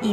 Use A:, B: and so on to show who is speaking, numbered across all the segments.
A: 一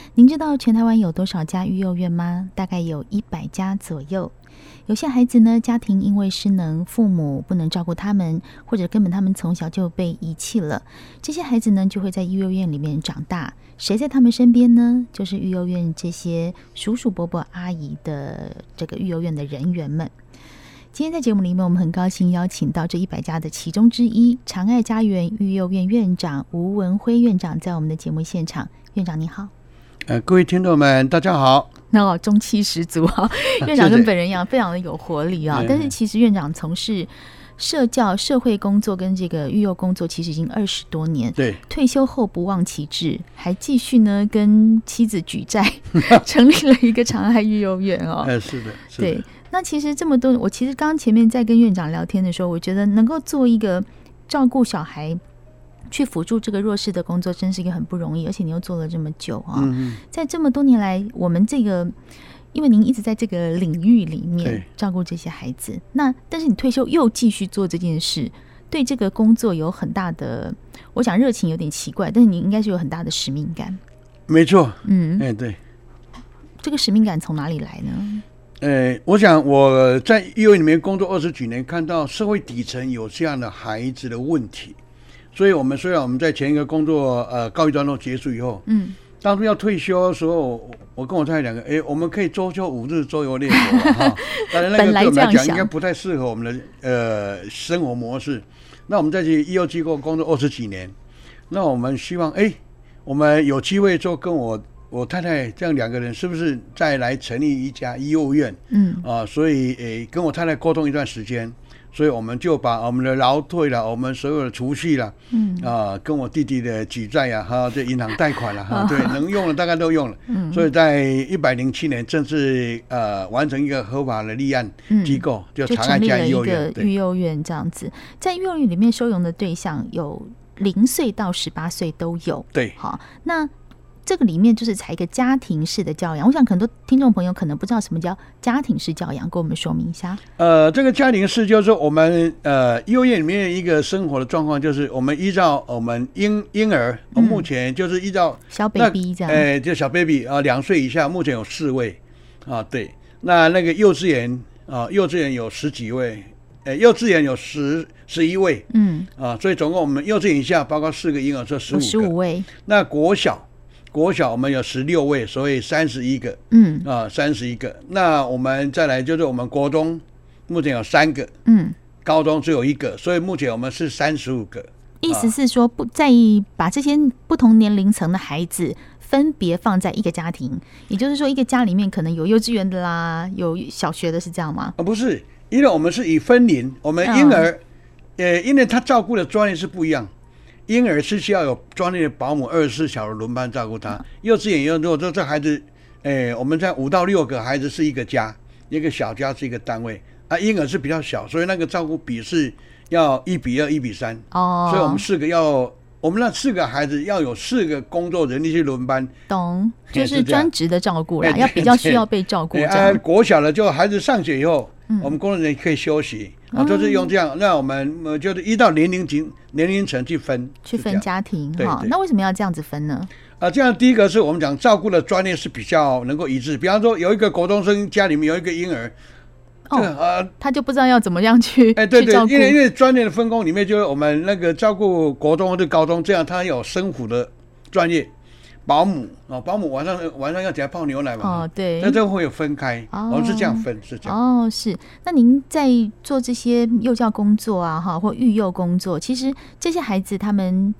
B: 您知道全台湾有多少家育幼院吗？大概有一百家左右。有些孩子呢，家庭因为失能，父母不能照顾他们，或者根本他们从小就被遗弃了。这些孩子呢，就会在育幼院里面长大。谁在他们身边呢？就是育幼院这些叔叔、伯伯、阿姨的这个育幼院的人员们。今天在节目里面，我们很高兴邀请到这一百家的其中之一——长爱家园育幼院院长吴文辉院长，在我们的节目现场。院长你好。
C: 呃，各位听众们，大家好。
B: 那、哦、中气十足啊、 院长跟本人一样，非常的有活力啊、
C: 嗯
B: 但是其实院长从事社教、社会工作跟这个育幼工作，其实已经二十多年。
C: 对，
B: 退休后不忘其志，还继续呢跟妻子举债， 成立了一个长爱育幼院 哦。
C: 呃，是的，是
B: 对
C: 的，，
B: 那其实这么多，我其实刚刚前面在跟院长聊天的时候，我觉得能够做一个照顾小孩。去辅助这个弱势的工作，真是一个很不容易，而且你又做了这么久啊、
C: 嗯，
B: 在这么多年来，我们这个，因为您一直在这个领域里面
C: 对
B: 照顾这些孩子，那但是你退休又继续做这件事，对这个工作有很大的，我想热情有点奇怪，但是你应该是有很大的使命感。
C: 没错，
B: 嗯，
C: 哎，对，
B: 这个使命感从哪里来呢？
C: 呃，我想我在医院里面工作二十几年，看到社会底层有这样的孩子的问题，所以我们虽然我们在前一个工作呃告一段落结束以后，
B: 嗯，
C: 当初要退休的时候，我我跟我太太两个，哎，我们可以周休五日，周游列国啊 哈。当然，那
B: 本
C: 个
B: 来
C: 对我们
B: 这样
C: 来讲
B: 想
C: 应该不太适合我们的呃生活模式。那我们在这医药机构工作二十几年，那我们希望，哎，我们有机会就跟我我太太这样两个人，是不是再来成立一家医幼院？
B: 嗯，
C: 啊，所以诶，跟我太太沟通一段时间，所以我们就把我们的劳退了，我们所有的储蓄了，
B: 嗯，
C: 啊，跟我弟弟的举债呀，哈，这银行贷款了，哈，对，能用的大概都用了，嗯，所以在一百零七年正式呃完成一个合法的立案
B: 嗯
C: 机构，就
B: 就
C: 长安
B: 成立
C: 家
B: 了
C: 医
B: 一
C: 幼
B: 个
C: 院，
B: 育
C: 对，
B: 幼院这样子，在育幼院里面收容的对象有零岁到十八岁都有。
C: 对，
B: 好，那这个里面就是采一个家庭式的教养。我想很多听众朋友可能不知道什么叫家庭式教养，给我们说明一下。
C: 呃，这个家庭式就是我们呃幼儿园里面一个生活的状况，就是我们依照呃我们婴婴儿，
B: 嗯
C: 目前就是依照
B: 小
C: 那
B: baby 这样，
C: 哎、就小 baby 啊、两岁以下目前有四位啊，对，那那个幼稚园啊、幼稚园有十几位，呃、幼稚园有十十一位
B: 嗯，
C: 啊，所以总共我们幼稚园以下包括四个婴儿，这十
B: 有
C: 五
B: 十
C: 个。
B: 五位，
C: 那国小国小我们有十六位，所以三十一个
B: 嗯
C: 啊，三十一个。那我们再来就是我们国中目前有三个，
B: 嗯，
C: 高中只有一个，所以目前我们是三十五个。
B: 意思是说不在意把这些不同年龄层的孩子。分别放在一个家庭，也就是说，一个家里面可能有幼稚园的啦，有小学的，是这样吗？
C: 啊，不是，因为我们是以分龄，我们
B: 嗯
C: 婴儿，呃，因为他照顾的专业是不一样，婴儿是需要有专业的保姆二十四小时轮班照顾他，幼稚园也有，如果说这孩子，呃，我们在五到六个孩子是一个家，一个小家是一个单位，啊，婴儿是比较小，所以那个照顾比是要一比二、一比三，
B: 哦，
C: 所以我们四个要。我们那四个孩子要有四个工作人力去轮班，
B: 懂，就
C: 哎
B: 是
C: 是这样
B: 专职的照顾啦，
C: 哎
B: 要
C: 对
B: 比较
C: 对
B: 需要被照顾
C: 哎
B: 这
C: 啊，
B: 样。
C: 国小了，就孩子上学以后，
B: 嗯哦
C: 我们工作人员可以休息啊，都是用这样。那我们呃就是依照年龄层年龄层去分
B: 去
C: 是这
B: 分
C: 样
B: 家庭
C: 对
B: 哈，
C: 对
B: 那为什么要这样子分呢？
C: 啊。这样第一个是我们讲照顾的专业是比较能够一致，比方说有一个国中生家里面有一个婴儿，
B: 哦
C: 这个呃
B: 他就不知道要怎么样去、
C: 哎，对
B: 去
C: 对
B: 照，顾
C: 因为因为专业的分工里面，就是我们那个照顾国中或者高中，这样他有生辅的专业，保姆哦，保姆晚上晚上要起来泡牛奶嘛，
B: 哦，对
C: 那，这会有分开，
B: 哦
C: 我们是这样分，是这样。
B: 哦，是。那您在做这些幼教工作啊，哈，或育幼工作，其实这些孩子他们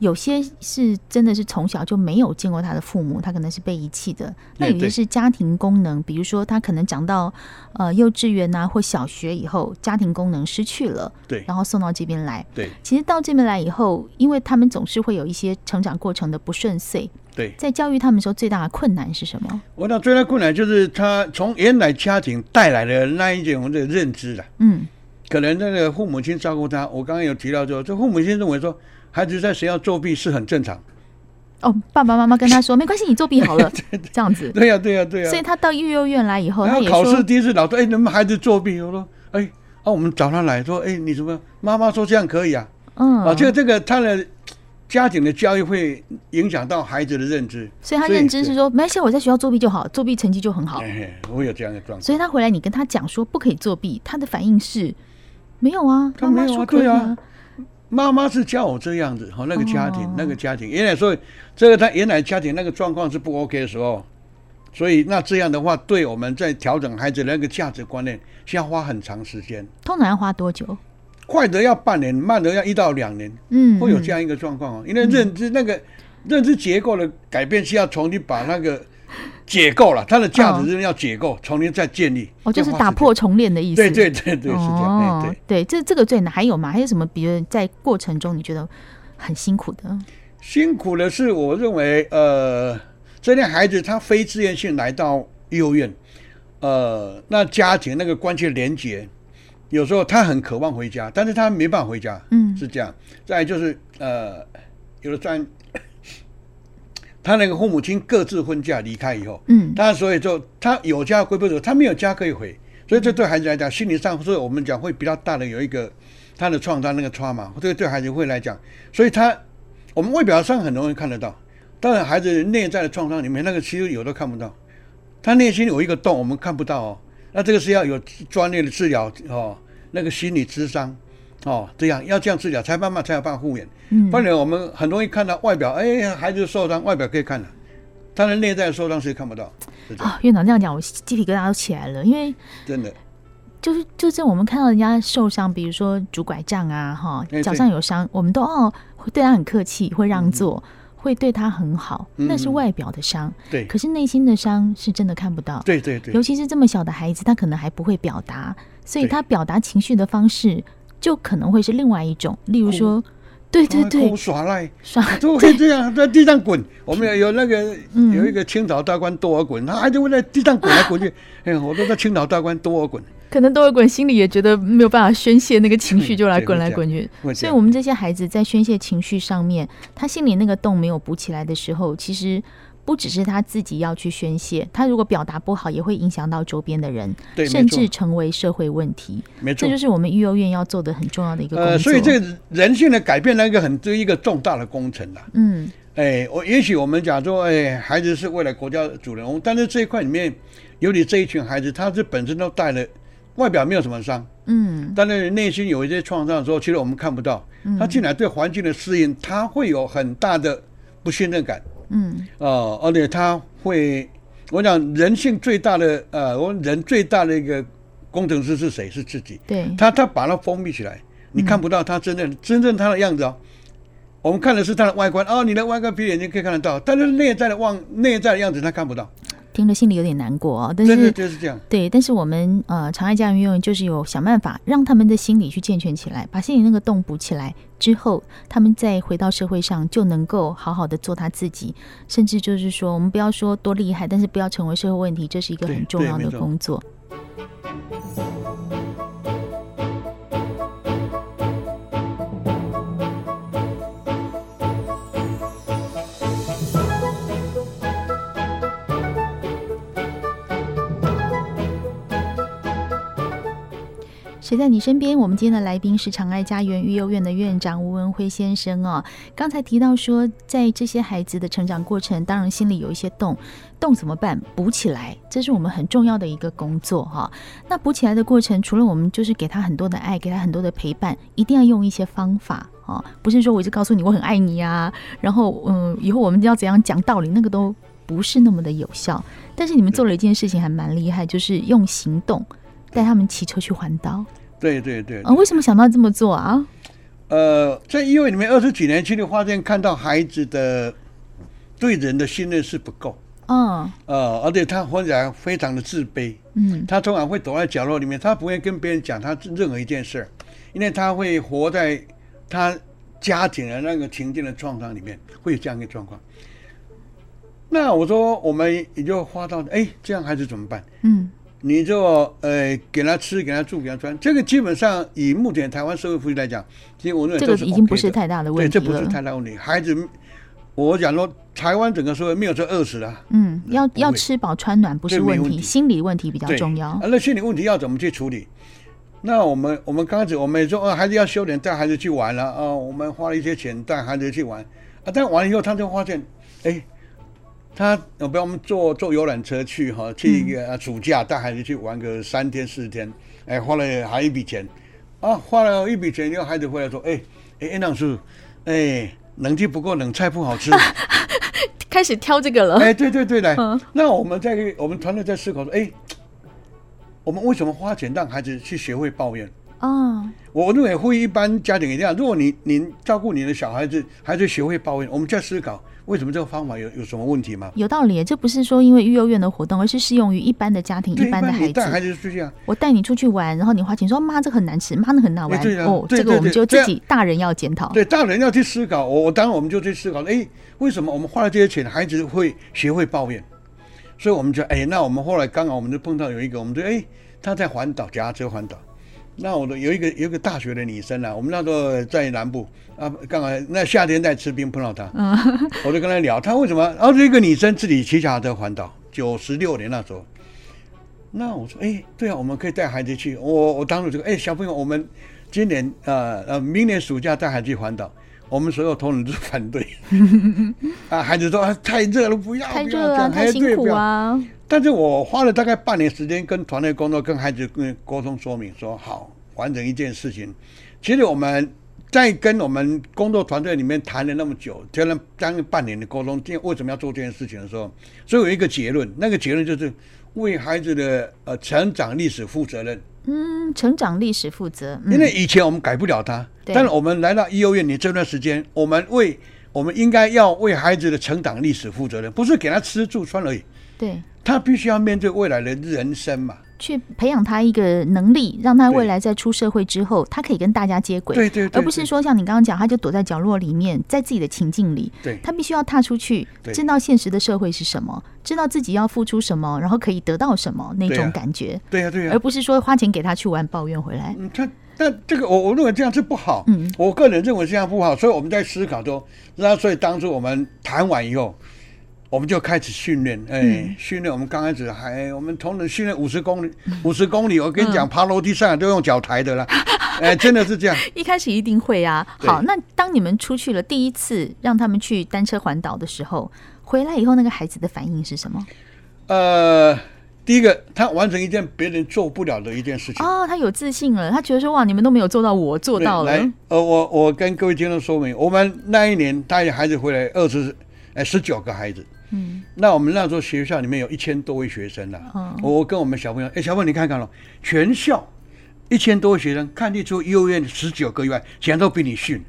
B: 有些是真的是从小就没有见过他的父母，他可能是被遗弃的。那
C: 哎
B: 有些
C: 对
B: 是家庭功能，比如说他可能长到呃幼稚园呐、或小学以后，家庭功能失去了，
C: 对
B: 然后送到这边来。
C: 对
B: 其实到这边来以后，因为他们总是会有一些成长过程的不顺遂，
C: 对，
B: 在教育他们的时候，最大的困难是什么？
C: 我想最大困难就是他从原来家庭带来的那一种的认知啊，
B: 嗯，
C: 可能那个父母亲照顾他，我刚刚有提到说，这父母亲认为说孩子在学校作弊是很正常，
B: 哦，爸爸妈妈跟他说没关系，你作弊好 了，这样子。
C: 对呀、对呀、对呀、
B: 所以他到幼儿园来以后，
C: 然
B: 他
C: 后
B: 也
C: 考试
B: 说，
C: 第一次老师，哎、你们孩子作弊，我说，哎、啊，我们找他来说，哎、你怎么？妈妈说这样可以啊，
B: 嗯，
C: 啊，这个这个他的家庭的教育会影响到孩子的认知，
B: 所以他认知是说，没关系，我在学校作弊就好，作弊成绩就很好。
C: 哎，会有这样的状况。
B: 所以他回来，你跟他讲说不可以作弊，他的反应是没有啊，
C: 他
B: 妈妈
C: 没有啊
B: 说可以
C: 对啊，妈妈是教我这样子，哈、那个家庭，
B: 哦
C: 那个家庭，原来所以这个他原来家庭那个状况是不 OK 的时候，所以那这样的话，对我们在调整孩子的那个价值观念，是要花很长时间，
B: 通常要花多久？
C: 快的要半年，慢的要一到两年。
B: 嗯，
C: 会有这
B: 嗯
C: 样一个状况哦，因为认知那个认知结构的改变是要重新把那个解构了，它的价值是要解构，重新再建立。
B: 哦，就是
C: 要花时
B: 打
C: 间
B: 破。重练的意思。
C: 对对对对，是这样。哎
B: 哦对，
C: 对，，
B: 这这个最难。还有吗？还有什么？比如在过程中你觉得很辛苦的？
C: 辛苦的是，我认为呃，这类孩子他非自愿性来到幼儿园，呃，那家庭那个关系连结，有时候他很渴望回家，但是他没办法回家。
B: 嗯
C: 是这样。再来就是呃，有的专他那个父母亲各自婚嫁离开以后，
B: 嗯，
C: 他所以就他有家归不走，他没有家可以回，所以这对孩子来讲，心理上是我们讲会比较大的有一个他的创伤那个创嘛，这个对孩子会来讲，所以他我们外表上很容易看得到，当然孩子内在的创伤里面那个其实有都看不到，他内心有一个洞，我们看不到哦，那这个是要有专业的治疗哦，那个心理智商。哦，这样要这样治疗，才慢慢才有办法复原。
B: 嗯
C: 不然我们很容易看到外表，哎，孩子受伤，外表可以看的、他的内在受伤谁看不到？是这样
B: 啊，院长这样讲，我鸡皮疙瘩都起来了，因为
C: 真的，
B: 就是就是我们看到人家受伤，比如说拄拐杖啊，哈
C: 哎，
B: 脚上有伤，我们都哦会对他很客气，会让座，会对他很好，
C: 嗯
B: 那是外表的伤，
C: 对，
B: 可是内心的伤是真的看不到。
C: 对对对
B: 尤，其是这么小的孩子，他可能还不会表达，所以
C: 对
B: 他表达情绪的方式就可能会是另外一种，例如说，对对
C: 啊
B: 对
C: 哭，耍赖，
B: 耍
C: 都会这样在地上滚。我们有有那个
B: 嗯
C: 有一个清朝大官多尔衮，他孩子会在地上滚来滚去。 哎，我都在清朝大官多尔衮，
B: 可能多尔衮心里也觉得没有办法宣泄那个情绪，
C: 嗯
B: 就来
C: 对
B: 滚
C: 会
B: 来
C: 这样
B: 滚去。
C: 会这
B: 所以，
C: 样
B: 我们这些孩子在宣泄情绪上面，他心里那个洞没有补起来的时候，其实不只是他自己要去宣泄，他如果表达不好，也会影响到周边的人，
C: 对没
B: 甚至
C: 错
B: 成为社会问题。
C: 没
B: 这
C: 错
B: 就。是我们育幼院要做的很重要的一个工作。
C: 呃，所以这个人性的改变，那个很这一个重大的工程啊。
B: 嗯
C: 哎，我也许我们讲说，哎，孩子是未来国家的主人翁，但是这一块里面，尤其这一群孩子，他是本身都带了外表没有什么伤，
B: 嗯
C: 但是内心有一些创伤的时候，其实我们看不到。他进来对环境的适应，他会有很大的不信任感，
B: 嗯
C: 呃，而且他会，我讲人性最大的，呃，我们人最大的一个工程师是谁？是自己。
B: 对，
C: 他他把它封闭起来，
B: 嗯
C: 你看不到他真正、真正他的样子哦。我们看的是他的外观哦，你的外观闭着眼睛可以看得到，但是内在的望内在的样子他看不到，
B: 听了心里有点难过、哦，但
C: 真的
B: 是
C: 就是这样。
B: 对，但是我们呃，长爱家园用就是有想办法让他们的心理去健全起来，把心里那个洞补起来之后，他们再回到社会上就能够好好的做他自己，甚至就是说，我们不要说多厉害，但是不要成为社会问题，这是一个
C: 对
B: 很重
C: 对
B: 要
C: 没
B: 的
C: 错
B: 工作。谁在你身边？我们今天的来宾是长爱家园育幼院的院长吴文辉先生哦。刚才提到说，在这些孩子的成长过程，当然心里有一些洞，洞怎么办？补起来，这是我们很重要的一个工作哈、那补起来的过程，除了我们就是给他很多的爱，给他很多的陪伴，一定要用一些方法哦，不是说我一直告诉你我很爱你啊，然后嗯，以后我们要怎样讲道理，那个都不是那么的有效。但是你们做了一件事情还蛮厉害，就是用行动带他们骑车去环岛。
C: 对对对，
B: 啊、为什么想到这么做啊？
C: 呃，在医院里面二十几年去的发现，看到孩子的对人的信任是不够，
B: 嗯
C: 呃，而且他非常非常的自卑，
B: 嗯
C: 他通常会躲在角落里面，他不会跟别人讲他任何一件事儿，因为他会活在他家庭的那个情境的创伤里面，会有这样一个状况。那我说，我们也就花到，哎，这样孩子怎么办？
B: 嗯
C: 你就呃给他吃，给他住，给他穿，这个基本上以目前台湾社会福利来讲，其实我认为
B: 这个
C: 是
B: 已经
C: OK
B: 不是
C: 的
B: 太大的问题
C: 对，这不
B: 了
C: 是太大问题。孩子，我讲说，台湾整个社会没有说饿死了，
B: 嗯，要
C: 不会
B: 要吃饱穿暖不是
C: 这没
B: 问
C: 问
B: 题，
C: 题
B: 心理问题比较
C: 对
B: 重要
C: 啊。那心理问题要怎么去处理？那我们我们刚开始我们也说，哦，孩子要休点，带孩子去玩了啊、哦我们花了一些钱带孩子去玩啊，但玩了以后，他就发现，哎，他呃，不要我们坐坐游览车去哈，去一
B: 嗯
C: 个、啊暑假带孩子去玩个三天四天，哎，花了还一笔钱，啊，花了一笔钱，以后孩子回来说，哎，哎，安老师，哎，冷气不够冷，菜不好吃。
B: 开始挑这个了，
C: 哎，对对对来，
B: 嗯
C: 那我们在我们团队在思考说，哎，我们为什么花钱让孩子去学会抱怨？
B: 哦，
C: 我认为会一般家庭一样，如果你你照顾你的小孩子，孩子学会抱怨，我们就要思考为什么这个方法有有什么问题吗？
B: 有道理。这不是说因为育幼院的活动，而是适用于一般的家庭、
C: 对，
B: 般的
C: 你
B: 孩
C: 带孩
B: 子。
C: 子出去啊，
B: 我带你出去玩，然后你花钱说妈这很难吃，妈那很好玩
C: 哎对啊
B: 哦，
C: 对
B: 这个我们
C: 对对
B: 就
C: 这
B: 自
C: 样
B: 己大人要检讨。
C: 对，大人要去思考。我我当然我们就去思考，哎，为什么我们花了这些钱，孩子会学会抱怨？所以我们就哎，那我们后来刚好我们就碰到有一个，我们就哎，他在环岛，夹车环岛。那我的有一个有一个大学的女生啊，我们那时候在南部啊，刚好那夏天在吃冰碰到她，我就跟她聊，她为什么？然后这个女生自己骑脚踏车环岛，九十六年那时候。那我说，哎、对啊，我们可以带孩子去。我我当时就，哎、小朋友，我们今年呃呃，明年暑假带孩子去环岛。我们所有同仁都反对， 啊，孩子说啊太热了，不要，
B: 太
C: 不要
B: 热了
C: 这
B: 啊，
C: 样
B: 太
C: 哎
B: 辛
C: 对
B: 苦
C: 不要
B: 啊。
C: 但是我花了大概半年时间跟团队工作，跟孩子嗯沟通说明说好完成一件事情。其实我们在跟我们工作团队里面谈了那么久，谈了将近半年的沟通，这为什么要做这件事情的时候，所以有一个结论，那个结论就是为孩子的呃成长历史负责任。
B: 嗯，成长历史负责，嗯
C: 因为以前我们改不了他，
B: 对
C: 但是我们来到幼儿园你这段时间，我们为我们应该要为孩子的成长历史负责任，不是给他吃住穿而已，
B: 对，
C: 他必须要面对未来的人生嘛。
B: 去培养他一个能力，让他
C: 对
B: 未来在出社会之后，他可以跟大家接轨，
C: 对对对
B: 而不是
C: 对
B: 说像你刚刚讲，他就躲在角落里面，在自己的情境里，
C: 对
B: 他必须要踏出去，
C: 对
B: 知道现实的社会是什么，知道自己要付出什么，然后可以得到什么那
C: 对啊
B: 种感觉，
C: 对呀、对呀、啊
B: 而不是说花钱给他去玩，抱怨回来。
C: 嗯，他但这个我我认为这样是不好，
B: 嗯，
C: 我个人认为这样不好，所以我们在思考中，那所以当初我们谈完以后，我们就开始训练，哎、
B: 嗯
C: 训练我们刚开始还我们同仁训练五十公里，
B: 嗯
C: 五十公里，我跟你讲，爬楼梯上来都用脚抬的啦，哎，真的是这样，
B: 一开始一定会啊。
C: 对
B: 好，那当你们出去了第一次让他们去单车环岛的时候，回来以后那个孩子的反应是什么？
C: 呃，第一个他完成一件别人做不了的一件事情。
B: 哦，他有自信了，他觉得说哇，你们都没有做到，我做
C: 对
B: 到了。嗯
C: 来，呃，我我跟各位听众说明，我们那一年带孩子回来二十，呃，十九个孩子。嗯，那我们那时候学校里面有一千多位学生了、
B: 嗯
C: 我我跟我们小朋友，哎、小朋友你看看咯，全校一千多位学生，看得出幼儿园十九个以外，全都比 你逊，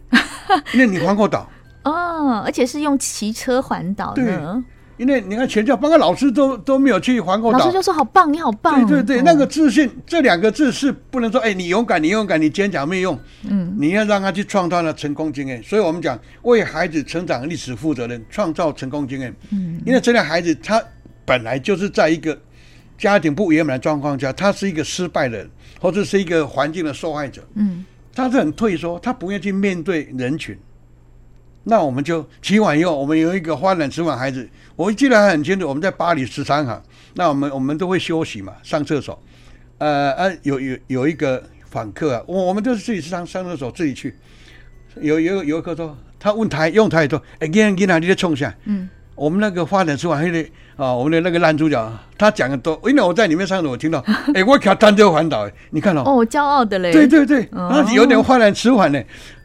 C: 因为你环过岛，
B: 哦，而且是用骑车环岛的，
C: 因为你看全校包括老师都都没有去环过
B: 老师
C: 岛
B: 就。说好棒，你好棒，
C: 对对对，
B: 哦
C: 那个自信，这两个字是不能说，哎，你勇敢，你勇敢，你坚强没有用，
B: 嗯，
C: 你要让他去创造了成功经验，所以我们讲为孩子成长历史负责任，创造成功经验。嗯，因为这类孩子他本来就是在一个家庭不圆满的状况下，他是一个失败的人，或者是一个环境的受害者，
B: 嗯，
C: 他是很退缩，他不愿意去面对人群。那我们就起晚以后，我们有一个花篮迟晚孩子，我记得还很清楚，我们在巴黎十三行，那我们我们都会休息嘛，上厕所。呃呃，有有有一个访客啊，我我们都是自己上上厕所自己去。有有有一个说，他问台用台语说，哎、欸，囡囡啊，你在冲啥？
B: 嗯，
C: 我们那个花篮出来那个啊，我们的那个男主角啊，他讲的多，因为我在里面上厕所，我听到，哎、我卡单车环岛，你看哦，
B: 哦，骄傲的嘞，
C: 对对对，
B: 哦
C: 他有点花篮迟缓呢。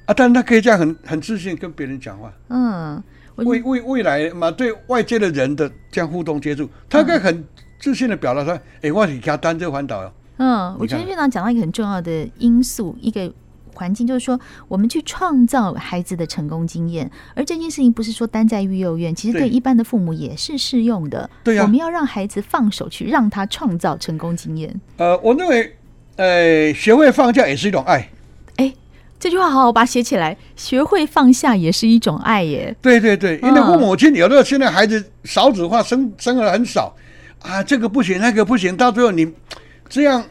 C: 啊，但是他可以这样很很自信跟别人讲话，
B: 嗯，我
C: 未未未来嘛，对外界的人的这样互动接触，他可以很自信的表达说，哎、我是他单这环岛哦，
B: 嗯，我
C: 你
B: 觉得
C: 看
B: 院长讲到一个很重要的因素，一个环境就是说，我们去创造孩子的成功经验，而这件事情不是说单在育幼院，其实对
C: 对
B: 一般的父母也是适用的。
C: 对呀
B: 我们要让孩子放手去让他创造成功经验。
C: 呃，我认为，呃，学会放假也是一种爱，
B: 哎，这句话好好把它写起来，学会放下也是一种爱耶。
C: 对对对，因为
B: 嗯
C: 父母亲有的现在孩子少子化，生生儿很少啊，这个不行，那个不行，到最后你这样，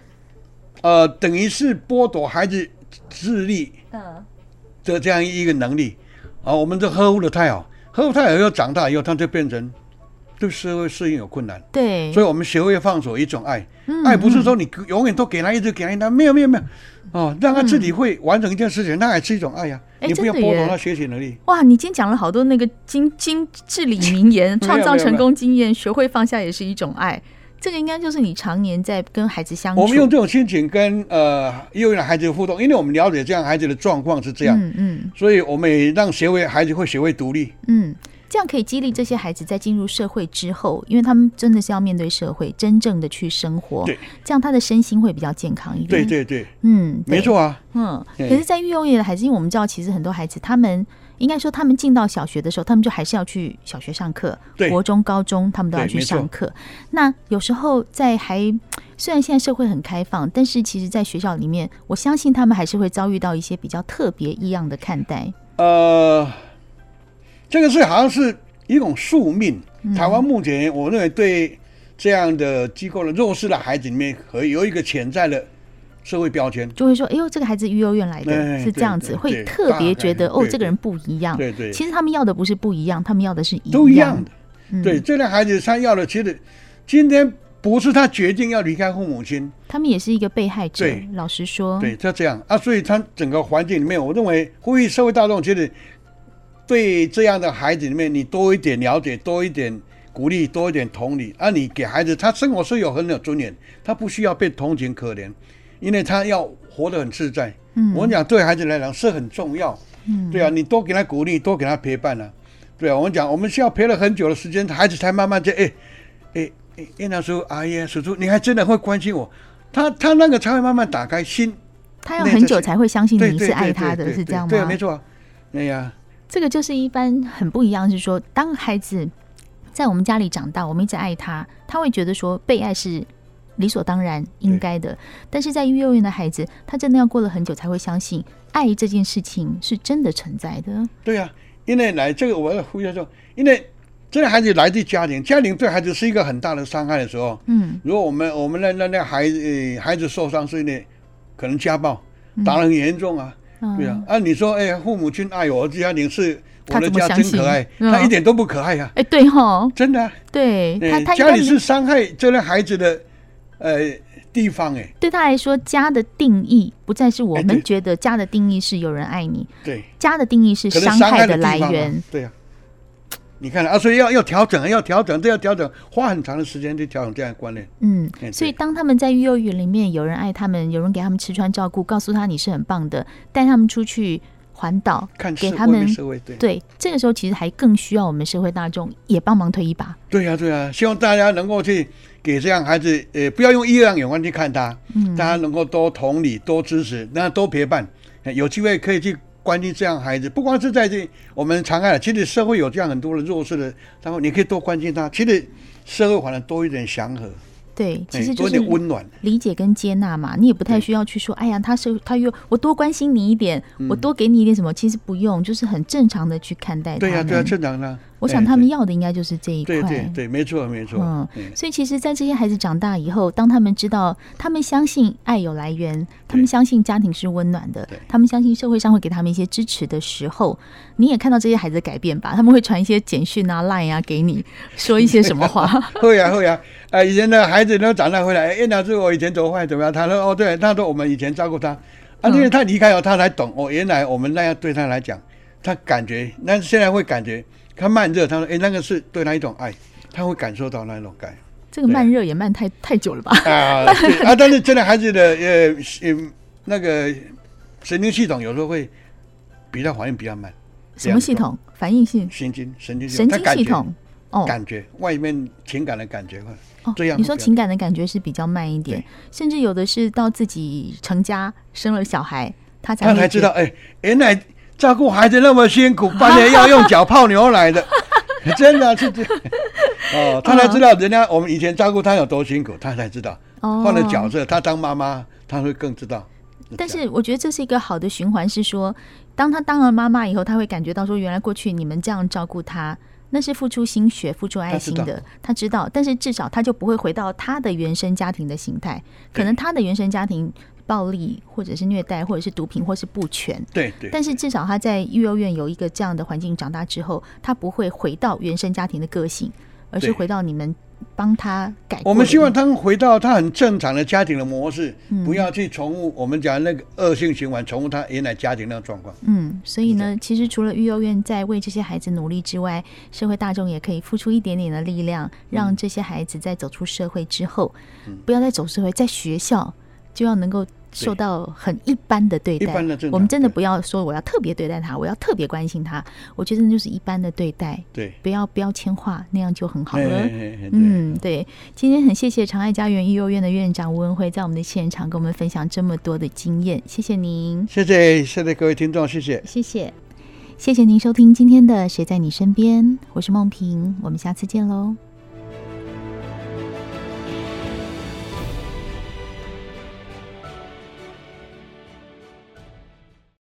C: 呃，等于是剥夺孩子智力
B: 嗯
C: 的这样一个能力啊，我们这呵护的太好，呵护太好以后长大以后，他就变成对社会适应有困难，
B: 对，
C: 所
B: 以
C: 以我们学会放手一种爱，
B: 嗯
C: 爱不是说你永远都给他一直给他，那没有没有没有，哦，让他自己会完成一件事情，那也是一种爱呀、
B: 嗯哎
C: 你
B: 真
C: 不要
B: 的
C: 剥
B: 耶
C: 夺他学习能力。
B: 哇，你今天讲了好多那个经经至理名言，
C: 没有
B: 创造
C: 没有
B: 成
C: 没有
B: 功经验，学会放下也是一种爱。这个应该就是你常年在跟孩子相处，
C: 我们用这种心情跟呃幼儿园孩子互动，因为我们了解这样孩子的状况是这样，
B: 嗯嗯
C: 所以我们也让学会孩子会学会独立。
B: 嗯，这样可以激励这些孩子在进入社会之后，因为他们真的是要面对社会，真正的去生活，
C: 对，
B: 这样他的身心会比较健康一
C: 对
B: 点。，
C: 对对，
B: 嗯，对
C: 没，错啊，
B: 嗯。
C: 对
B: 可是，在育幼院的孩子，因为我们知道，其实很多孩子他们。应该说，他们进到小学的时候，他们就还是要去小学上课，
C: 对
B: 国中、高中他们都要
C: 对
B: 去
C: 没错
B: 上课。那有时候在还虽然现在社会很开放，但是其实，在学校里面，我相信他们还是会遭遇到一些比较特别异样的看待。
C: 呃，这个是好像是一种宿命。
B: 嗯
C: 台湾目前我认为对这样的机构的弱势的孩子里面，和有一个潜在的社会标签。
B: 就会说，哎呦，这个孩子育幼院来的，
C: 哎
B: 是这样子，
C: 对对
B: 会
C: 对
B: 特别觉得
C: 大概
B: 哦，
C: 对
B: 这个人不一样。
C: 对对，
B: 其实他们要的不是不一样，他们要的是一
C: 都一样
B: 样
C: 的。。
B: 嗯
C: 对，，这类孩子他要的，其实今天不是他决定要离开父母亲，
B: 他们也是一个被害者
C: 对。
B: 老实说，
C: 对，就这样啊，所以他整个环境里面，我认为呼吁社会大众，其实对这样的孩子里面，你多一点了解，多一点鼓励，多一点同理啊，你给孩子他生活是有很有尊严，他不需要被同情可怜，因为他要活得很自在。
B: 嗯
C: 我讲对孩子来讲是很重要，
B: 嗯，
C: 对啊，你多给他鼓励，多给他陪伴啊，对啊，我们讲我们需要陪了很久的时间，孩子才慢慢就哎哎哎，燕老师阿姨啊叔叔，你还真的会关心我，他他那个才会慢慢打开心。
B: 他要很久才会相信
C: 对
B: 你
C: 对
B: 是爱
C: 对
B: 他
C: 对
B: 的，
C: 对
B: 是这样吗？
C: 对，没错啊。哎呀，
B: 这个就是一般很不一样，是说当孩子在我们家里长大，我们一直爱他，他会觉得说被爱是理所当然、应该的。但是在育幼院的孩子，他真的要过了很久才会相信爱这件事情是真的存在的。
C: 对呀、因为来这个我要呼吁说，因为这个孩子来自家庭，家庭对孩子是一个很大的伤害的时候，
B: 嗯
C: 如果我们我们让让那孩子、呃孩子受伤是因为可能家暴打得很严重啊，
B: 嗯，
C: 对啊，啊你说哎呀，父母亲爱我，家庭是
B: 他
C: 我的
B: 怎么
C: 家
B: 相
C: 真
B: 信
C: 可爱，
B: 嗯
C: 他一点都不可爱呀、
B: 哎，对哈，
C: 真的、啊，
B: 对他，
C: 哎
B: 他应
C: 家
B: 该
C: 里是伤害这类孩子的呃地方哎，
B: 对他来说，家的定义不再是我
C: 哎
B: 们
C: 对
B: 觉得家的定义是有人爱你，
C: 对。
B: 家的定义是
C: 可能
B: 伤
C: 伤
B: 害
C: 的地
B: 来
C: 方嘛
B: 源。。
C: 对呀、你看啊，所以要要调整，要调整，这要调整，花很长的时间去调整这样的观念。
B: 嗯
C: 哎，
B: 所以
C: 对
B: 当他们在幼儿园里面，有人爱他们，有人给他们吃穿照顾，告诉他你是很棒的，带他们出去环岛，
C: 看社
B: 给
C: 会
B: 他们
C: 没社会，对
B: 对，这个时候其实还更需要我们社会大众也帮忙推一把。
C: 对呀、对呀、希望大家能够去给这样孩子，呃，不要用异样眼光去看他，
B: 嗯
C: 大家能够多同理、多支持，那多陪伴，呃有机会可以去关心这样孩子，不光是在这我们常看，其实社会有这样很多的弱势的，然后你可以多关心他，其实社会反而多一点祥和，
B: 对，其
C: 哎
B: 实就
C: 多一
B: 是
C: 点温暖。
B: 理解跟接纳嘛，你也不太需要去说，哎呀，他是他又我多关心你一点，
C: 嗯
B: 我多给你一点什么，其实不用，就是很正常的去看待他
C: 对呀、
B: 们
C: 对呀、正常的啊。
B: 我
C: 哎
B: 想他
C: 对
B: 们要的应该就是这一块。
C: 对对对，没错没错。
B: 嗯
C: 嗯，
B: 所以其实，在这些孩子长大以后，当他们知道，他们相信爱有来源，他们相信家庭是温暖的
C: 对，
B: 他们相信社会上会给他们一些支持的时候，你也看到这些孩子的改变吧？他们会传一些简讯啊、Line 啊给你，说一些什么 话？
C: 会呀会呀，啊、以前的孩子都长大回来，哎，那是我以前多坏怎么样？他说哦，对，他说我们以前照顾他，啊，
B: 嗯
C: 因为他离开后，他才懂哦，原来我们那样对他来讲，他感觉，那现在会感觉他慢热，他说哎，那个是对他一种爱，他会感受到那种爱
B: 这个慢热也慢太太久了吧？
C: 啊对啊，但是真的孩子的呃呃那个神经系统有时候会比较反应比较慢，
B: 什么系统？反应性、
C: 神经神经系
B: 神
C: 他
B: 经
C: 感
B: 系
C: 觉
B: 统。哦
C: 感觉外面情感的感觉会
B: 哦
C: 这样
B: 你
C: 会
B: 说
C: 比较
B: 情感的感觉是比较慢一点
C: 对，
B: 甚至有的是到自己成家生了小孩，他才
C: 他
B: 会
C: 才
B: 觉
C: 知道，哎，原来照顾孩子那么辛苦，半夜要用脚泡牛 奶的，真的啊是这。哦，他才知道人家我们以前照顾他有多辛苦，他才知道。
B: 哦
C: 换了角色，他当妈妈，他会更知道。
B: 但是我觉得这是一个好的循环，是说，当他当了妈妈以后，他会感觉到说，原来过去你们这样照顾他，那是付出心血、付出爱心
C: 他知
B: 的。他知道，但是至少他就不会回到他的原生家庭的形态。可能他的原生家庭暴力，或者是虐待，或者是毒品，或是不全。
C: 对对，
B: 但是至少他在育幼院有一个这样的环境长大之后，他不会回到原生家庭的个性，而是
C: 对
B: 回到你们帮他改过的那个。
C: 我们希望他们回到他很正常的家庭的模式，
B: 嗯
C: 不要去重复我们讲那个恶性循环，重复他原来家庭那个状况。
B: 嗯，所以
C: 是这
B: 呢，其实除了育幼院在为这些孩子努力之外，社会大众也可以付出一点点的力量，
C: 嗯
B: 让这些孩子在走出社会之后，不要再走社会，在学校就要能够受到很一般的对待。
C: 一般的正常
B: 我们真的
C: 对
B: 不要说我要特别对待他，我要特别关心他，我觉得那就是一般的对待，
C: 对，
B: 不要标签化，那样就很好
C: 哎
B: 了。
C: 哎哎哎对
B: 嗯，对，今天很谢谢长爱家园育幼院的院长吴文辉在我们的现场跟我们分享这么多的经验，谢谢您。
C: 谢谢谢谢各位听众，谢谢。
B: 谢谢，谢谢您收听今天的《谁在你身边》，我是梦萍，我们下次见喽，拜拜。